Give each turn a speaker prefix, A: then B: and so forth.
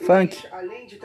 A: Funk.
B: Além de